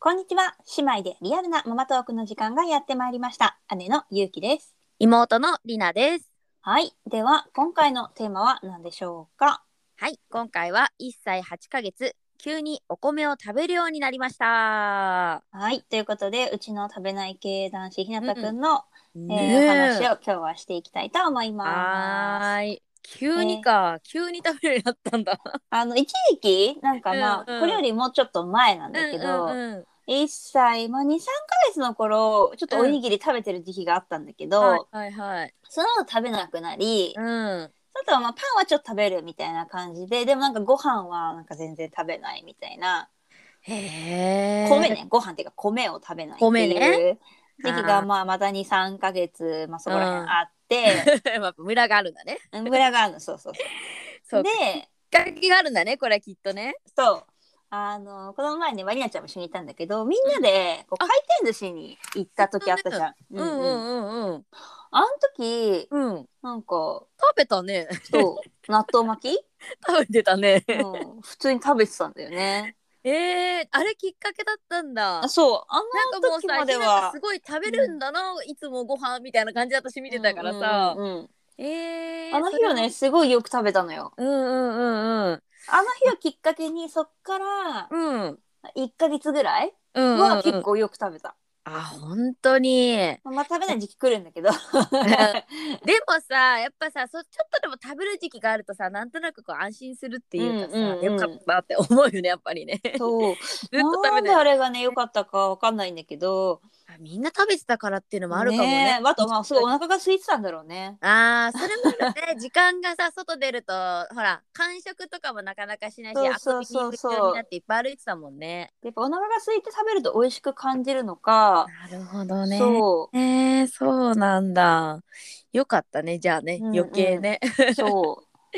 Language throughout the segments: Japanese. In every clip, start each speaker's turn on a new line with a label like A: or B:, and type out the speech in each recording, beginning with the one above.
A: こんにちは。姉妹でリアルなママトークの時間がやってまいりました。姉のゆうきです。
B: 妹のりなです。
A: はい。では、今回のテーマは何でしょうか
B: はい、今回は1歳8ヶ月、急にお米を食べるようになりました。
A: はい。ということで、うちの食べない系男子ひなたくんの、
B: ね
A: えー
B: え
A: お話を今日はしていきたいと思い
B: は
A: ます。
B: ーい。急にか、急に食べるようになったん だ。
A: あの、一時期、なんかまあ、
B: うんうん
A: これよりもうちょっと前なんだけど、
B: うんうんうん
A: 1歳、まあ、2、3ヶ月の頃、ちょっとおにぎり食べてる時期があったんだけど、
B: はいはいはい。
A: その後食べなくなり、
B: うん。
A: あとはまあパンはちょっと食べるみたいな感じででもなんかご飯はなんか全然食べないみたいな、
B: へえ。
A: 米。ねご飯っていうか米を食べないって
B: 米
A: いう
B: ね
A: 時期
B: あ
A: が
B: ー
A: まあまた23か月、まあ、そこら辺あって、
B: やっぱムラがあるんだね。
A: ムラがあるのそうそうそ
B: そうう。
A: で
B: で、きっかけがあるんだね、これきっとね。
A: そうあのこの前ねまりなちゃんも一緒に行ったんだけどみんなでこう
B: あ
A: 回転寿司に行った時あったじゃん。
B: う
A: うんん
B: う
A: うん、
B: んうん
A: あの時
B: うん。うん。
A: なんか
B: 食べたね。
A: そう納豆巻き、
B: 食べてたね。
A: うん、普通に食べてたんだよね。
B: えー、あれきっかけだったんだ
A: あ。そうあ
B: なんか
A: の
B: もう
A: 時
B: さ、
A: まで
B: ひな
A: は
B: たす。ごい食べるんだな、いつもご飯みたいな感じで私見てたからさ。
A: うんうんうん
B: えー、
A: あの日はね、。すごいよく食べたのよ。
B: うんうんうん
A: あの日をきっかけに、そっから
B: うん。うん。
A: 1ヶ月ぐらい
B: うん、うん。
A: は結。構よく食べた。
B: あ、本 当に。で
A: まあ食べない時期来るんだけ ど。
B: もさ、やっぱさ、そちょっとでも食べる時期があるとさ、なんとなくこう安心するっていうかさ、
A: うんうんうん
B: よかったって思うよね、やっぱりね。ずっと
A: そう。
B: 食
A: な
B: べ
A: んであ
B: ない。
A: れがね、良かったかわかんないんだけど。
B: あみんな食べてたからっていうのもあるかもね。
A: えあと、まあ、すごいお腹が空いてたんだろうね。
B: あーそれもあるね 時間がさ外出るとほら間食とかもなかなかしないし
A: そう
B: 遊びに
A: そ
B: 行
A: う
B: く
A: そうそう
B: ようになっていっぱい歩いてたもんね。
A: やっぱお腹が空いて食べると美味しく感じるのか。
B: なるほどね。
A: そ
B: えー、そうなんだ。よかったねじゃあね、
A: うんうん
B: 余計ね。
A: う。そう。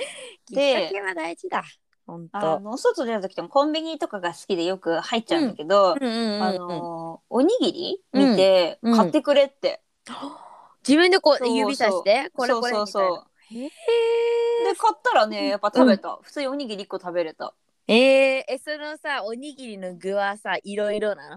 B: きっか
A: で、
B: けは大事だ。本
A: あ
B: 当。
A: の、外出た時でもコンビニとかが好きでよく入っちゃうんだけど、
B: うんうんうん
A: あ
B: うん
A: のーおにぎり見て、
B: うんうん
A: 買ってくれって、
B: 自分でこ
A: そう
B: う
A: そう
B: 指さしてこれ
A: そう
B: これ
A: そう
B: みたいな
A: そ。
B: へ
A: うで買ったらねやっぱ食べた、普通におにぎり1個食べれた
B: え。えー、えそのさおにぎりの具はさいろいろなのな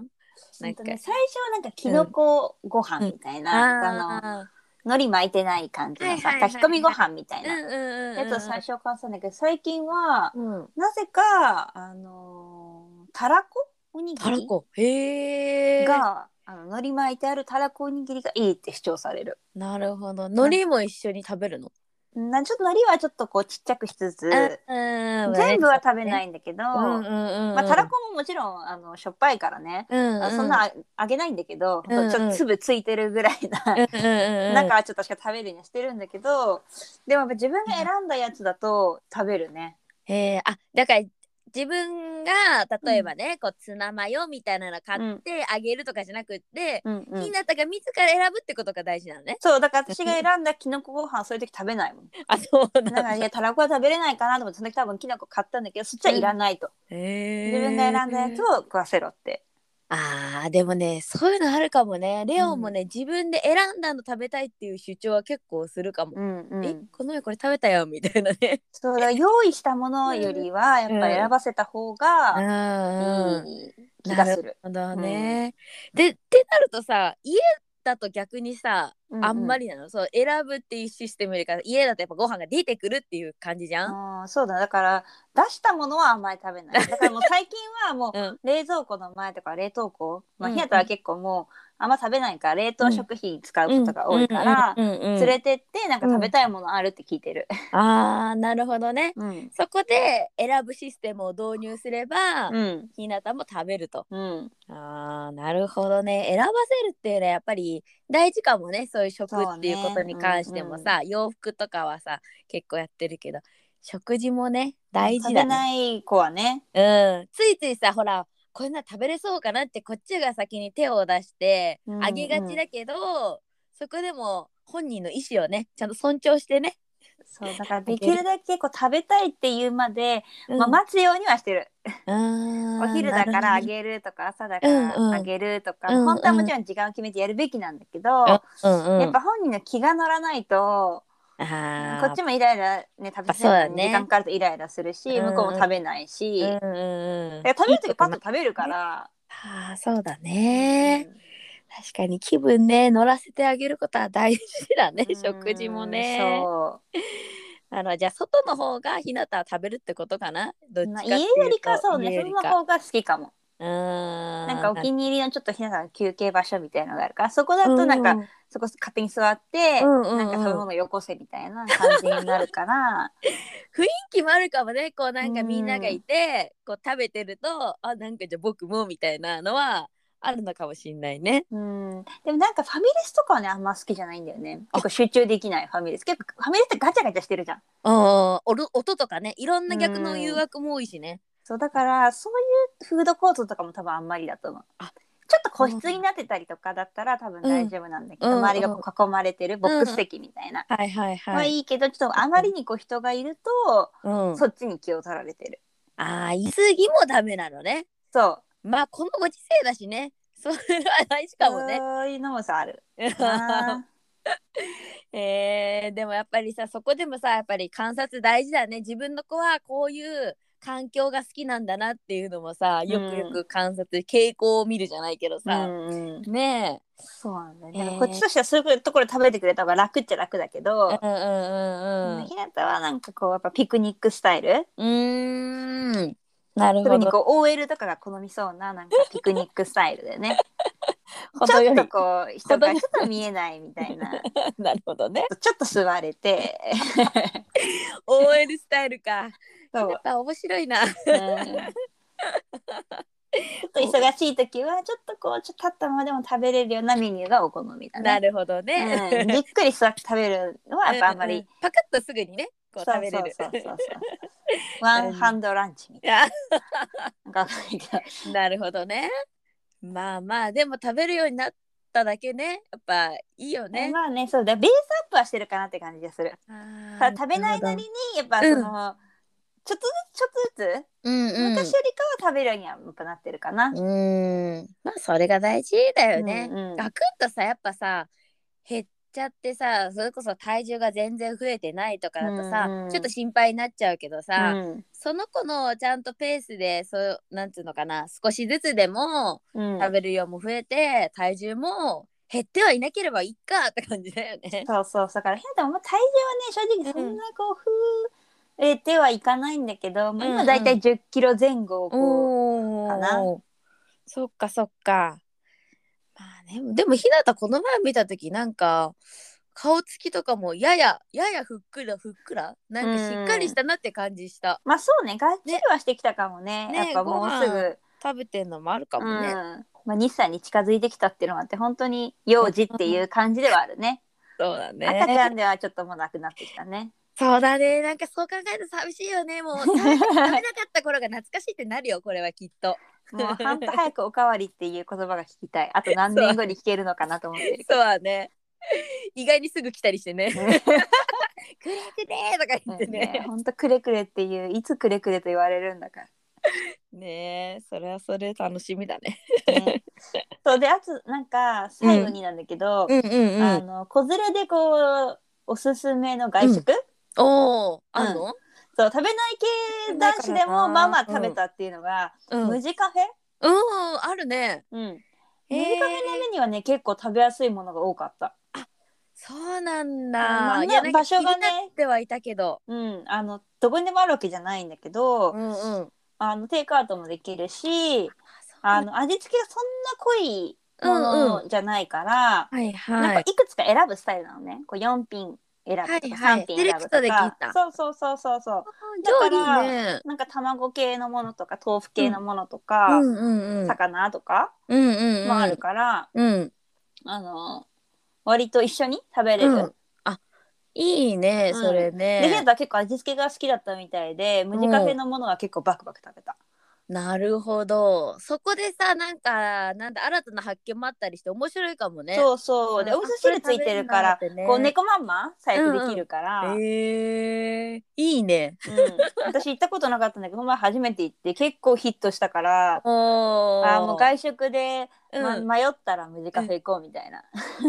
A: なんん
B: か
A: か、ね、最初はなんかきのこご飯みたいな、あの
B: あ
A: 海苔巻いてない感じのさ、
B: はいはいはいはい
A: 炊き込みご飯みたい
B: ーう
A: なん
B: うんうんうん。
A: やつを最初は買ってたんだけど最近は
B: うん
A: なぜかあのーたらこおにぎ
B: たら
A: り
B: こへえ
A: があの海苔巻いてあるたらこおにぎりがいいって主張される。
B: なるほど海苔も一緒に食べるの、
A: なちょっと海苔はちょっとこうちっちゃくしつつ、全部は食べないんだけど、
B: うんうんうんうん
A: まあ、たらこももちろんあのしょっぱいからね、
B: うんうん
A: あそんなああげないんだけど、
B: うんうん
A: ちょっと粒ついてるぐらいな、
B: うんうんうんうん
A: 中はちょっとしか食べるにはしてるんだけどでもやっぱ自分が選んだやつだと食べるね。
B: へえあだから自分が例えばね、こうツナマヨみたいなの買ってあげるとかじゃなくって、
A: うんう
B: ひ
A: ん
B: なたが自ら選ぶってことが大事なのね。
A: そうだから私が選んだきのこご飯そういう時食べないもん。
B: あそう
A: だ か
B: なんだ。
A: らいやたらこは食べれないかなと思ってその時多分きのこ買ったんだけどそっちはいらないと、
B: 自
A: 自分が選んだやつを食わせろって。
B: あーでもねそういうのあるかもねレオンもね、自分で選んだの食べたいっていう主張は結構するかも。
A: うんう
B: え
A: ん、
B: この前これ食べたよみたいな ね。
A: そうだから用意したものよりはやっぱ選ばせた方が、
B: うん。
A: いい気がする。
B: だね。でってなるとさ家だと逆にさあんま
A: り。
B: りなの、そう選ぶっていうシステムよりか家だとやっぱご飯が出てくるっていう感じじゃん。
A: うん、そうだだから出したものはあんまり食べ ないだからもう最近はもう
B: うん、
A: 冷蔵庫の前とか冷凍庫まあ
B: うん
A: ひなたは結構もうあんま食べないから冷凍食品使うことが多いから
B: うんうんうんうん
A: 連れてってなんか食べたいものあるって聞いてる、
B: あーなるほどね。
A: うん、
B: そこで選ぶシステムを導入すれば、
A: うん
B: ひなたも食べると。
A: うん
B: あーなるほどね選ばせるっていうのはやっぱり大事かもねそういう食
A: そうね
B: っていうことに関してもさ、洋服とかはさ結構やってるけど食事もね大事
A: 食
B: だ
A: べ
B: ね
A: ない子はね
B: うん、ついついさほらこんな食べれそうかなってこっちが先に手を出して
A: うん
B: あげがちだけど、そこでも本人の意思をねちゃんと尊重してね、
A: そうだからできるだけこう食べたいっていうまで、
B: うん
A: まあ、待つようにはしてる
B: うん
A: お昼だからあ
B: なる
A: げるとか朝だからあげるとか、
B: うんうん
A: 本当はもちろん時間を決めてやるべきなんだけど、
B: ほどねうんうん、
A: やっぱ本人の気が乗らないと
B: あ
A: こっちもイライラ、ね、食べ
B: あそう
A: さ
B: だ
A: せる
B: ね
A: 時間かかるとイライラするし、
B: うん
A: 向こうも食べないし、
B: も、うんうんうん
A: だから食べる時はパッと食べるから、
B: ああそうだね、確かに気分ね乗らせてあげることは大事だね、
A: うん
B: 食事もね
A: そ
B: あのじゃあ外の方がひなたは食べるってことかなどっ
A: う、
B: ちか
A: ま
B: っ
A: あ、
B: ていうと
A: 家よりかそうね
B: 家
A: そ
B: よ
A: の
B: り
A: まま
B: か
A: 方が好きかも
B: うーん
A: なんかお気に入りのちょっとひなたの休憩場所みたいのがあるからそこだとなんか、
B: う
A: そこ勝手に座って、
B: うんうんうん
A: なんか食べ物よこせみたいな感じになるから
B: 雰囲気もあるかもねこうなんか
A: うん
B: みんながいて、こう食べてるとあなんかじゃあ僕もみたいなのはあるのかもしんないね。
A: うんでもなんかファミレスとかはねあんま好きじゃないんだよね
B: あ
A: 結構集中できないファミレス結構ファミレスってガチャガチャしてるじゃん
B: おおる音とかねいろんな逆
A: う
B: の
A: ん
B: 誘惑も多いしね。
A: そうだからそういうフードコートとかも多分あんまりだと思う
B: あ
A: ちょっと個室になってたりとかだったら多分大丈夫なんだけど、
B: うん
A: 周りがこう囲まれてるボックス席みたいな、
B: はいはい
A: まあいいけどちょっとあまりにこう人がいると、
B: うん、
A: そっちに気を取られてる
B: ああ居すぎもダメなのね。
A: そう
B: まあこのご時世だしねそれは大事かもね。
A: そういうのもさある
B: えーでもやっぱりさそこでもさやっぱり観察大事だね自分の子はこういう環境が好きなんだなっていうのもさよくよく観察、傾向を見るじゃないけど
A: う
B: さ、
A: んうん
B: ね
A: そうなんだよ
B: えー
A: ね。だからこっちとしてはそういうところ食べてくれた方が楽っちゃ楽だけ
B: え
A: ど、
B: うんうんうん
A: ひなたはなんかこうやっぱピクニックスタイル
B: うんうーんなる
A: 特
B: ほ
A: に
B: ど
A: こう OL とかが好みそうななんかピクニックスタイルでねち
B: 程
A: ょ
B: よ
A: っ
B: い
A: とこう人がちょっと見えないみたいな
B: なるほどね
A: ちょっと座れて
B: OL スタイルか
A: そう、
B: やっぱ面白い
A: う
B: な
A: んちょっと忙しい時はちょっとこうちょっと立ったままでも食べれるようなメニューがお好みだ
B: な
A: ね。
B: るほど
A: う
B: ね、
A: ん、じっくり座って食べるのはやっぱあんまり、
B: うんパカッとすぐにねこう食べれる
A: そうそうそうそうそうワンハンドランチみたい
B: いや
A: ななんかわかんないけど
B: なるほどね。まあまあでも食べるようになっただけねやっぱいいよね。
A: まあねそうだベースアップはしてるかなって感じがする
B: あ
A: た
B: ー
A: だ食べないなりに
B: る
A: やっぱ
B: う
A: そ
B: ん
A: の、ちょっとずつちょっとず
B: ほどうん
A: つ、
B: うん、
A: 昔よりかは食べるようにはやっぱなってるかな、
B: うんまあそれが大事だよね。
A: うんうん
B: ガクッとさやっぱさ減っちゃってさそれこそ体重が全然増えてないとかだとさ、
A: うんうん
B: ちょっと心配になっちゃうけどさ、
A: うん
B: その子のちゃんとペースでそうなんつうのかな少しずつでも
A: うん
B: 食べる量も増えて、体重も減ってはいなければいいかって感じだよね。
A: そうそうだからひなたもまあ体重はね正直そんなこう、増えてはいかないんだけど、まあ、
B: うんう
A: 今
B: ん
A: だいたい1 0キロ前後をこう、
B: お
A: かな
B: ーそっかそっかまあねでもひなたこの前見た時なんか顔つきとかもややややふっくらふっくらなんかしっかりしたなって感じした、
A: まあそうねがっちりはしてきたかもね
B: ね
A: やっぱもうす
B: ご
A: ぐ、
B: 食べてんのもあるかもね、
A: うんまあ、日産に近づいてきたっていうのもあって本当に幼児っていう感じではあるね
B: そうだ
A: 赤ちゃ
B: ね
A: んではちょっともうなくなってきた ね
B: そうだねなんかそう考えると寂しいよ ねもう食べ食べなかった頃が懐かしいってなるよこれはきっと
A: もう半端早くおかわりっていう言葉が聞きたいあと何年後に聞けるのかなと思ってる け
B: そうだね意外にすぐ来たりして ねくれくれとか言
A: ど
B: ってね
A: ねほんとくれくれっていういつくれくれと言われるんだか
B: ねえそれはそれ楽しみだね。
A: ら、ね、 そうであとなんか最後になんだけど、
B: んうん
A: あ。の子連れでこうおすすめの外食、
B: おお、
A: あ
B: あ
A: ん
B: ん
A: の
B: の、
A: そう食べない系男子でも
B: うん
A: まあまあ食べたっていうのが、
B: うん、う
A: 無
B: ん、
A: 地カフェ、
B: あるね。
A: うん、
B: へ
A: 無
B: え
A: 地カフェのメニューはね結構食べやすいものが多かった。
B: そうなん
A: まあ
B: だ。
A: ね
B: いやなんか
A: 場所がね
B: 気になってはいたけど。
A: うん、あのどこにでもあるわけじゃないんだけど、
B: うんうん。あ、
A: あのテイクアウトもできるし
B: そう
A: あの味付けがそんな濃いものじゃないから、
B: はい
A: な
B: は
A: ん
B: い
A: か。いくつか選ぶスタイルなのねこう4品選ぶとか
B: はいはい
A: 3品選ぶとか、
B: ディレクトで聞いた
A: そうそうそうそうそ
B: 上
A: だから
B: 手いいね。
A: うなんか卵系のものとか豆腐系のものとか、
B: うんうんうん。
A: 魚とか
B: うんうんうん。
A: もある。から、
B: うん。
A: あの割と一緒に食べれる、
B: うんあ、いいね、
A: うん
B: それ
A: でひな
B: ね。
A: たは結構味付けが好きだったみたいで無地カフェのものは結構バクバク食べた。
B: なるほど。そこでさ、なんか、なんだ、新たな発見もあったりして、面白いかもね。
A: そうそうで
B: うん
A: お味噌汁ついてるから、
B: あこれ食べるんだってね
A: こう猫まんま細工できるから、うん
B: ええいいね。
A: 私行ったことなかったんだけどこの前初めて行って結構ヒットしたから
B: お
A: あ
B: あ
A: ーもう
B: 外、
A: 外食で、ま
B: うん、
A: 迷ったら無地カフェ行こうみたいな。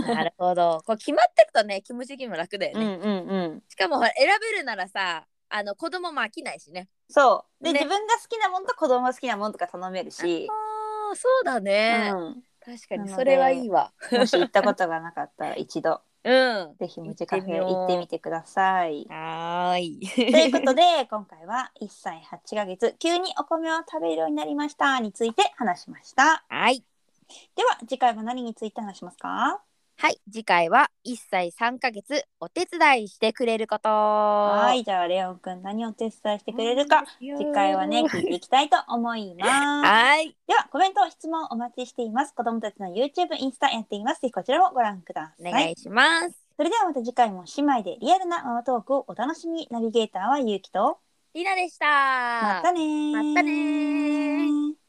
B: なるほど。こう決まってるとね、気持ち的にも楽だよ
A: うん
B: ね。
A: うんうん
B: しかもほら選べるならさ、あの子供も飽きないしね。
A: そうで、
B: ね
A: 自分が好きなもんと子供が好きなもんとか頼めるし
B: あーそうだね、確かにそれはいいわ
A: うん、もし行ったことがなかった ら一度
B: うん
A: ぜひムチカフェ行ってみてください。
B: はーい
A: ということで今回は1歳8ヶ月急にお米を食べるようになりましたについて話しました。
B: はい
A: では次回は何について話しますか
B: はい次回は1歳3ヶ月お手伝いしてくれること
A: は
B: はい
A: じゃあレオンくん何をお手伝いしてくれるか次回はね聞いていきたいと思い ます。
B: はい
A: ではコメント質問お待ちしています。子どもたちの YouTube インスタやっています。ぜひこちらもご覧くだ
B: お
A: さい。
B: 願いします、
A: それではまた次回も姉妹でリアルなママトークをお楽しみにナビゲーターはゆうきと
B: りなでした
A: またねー
B: またねー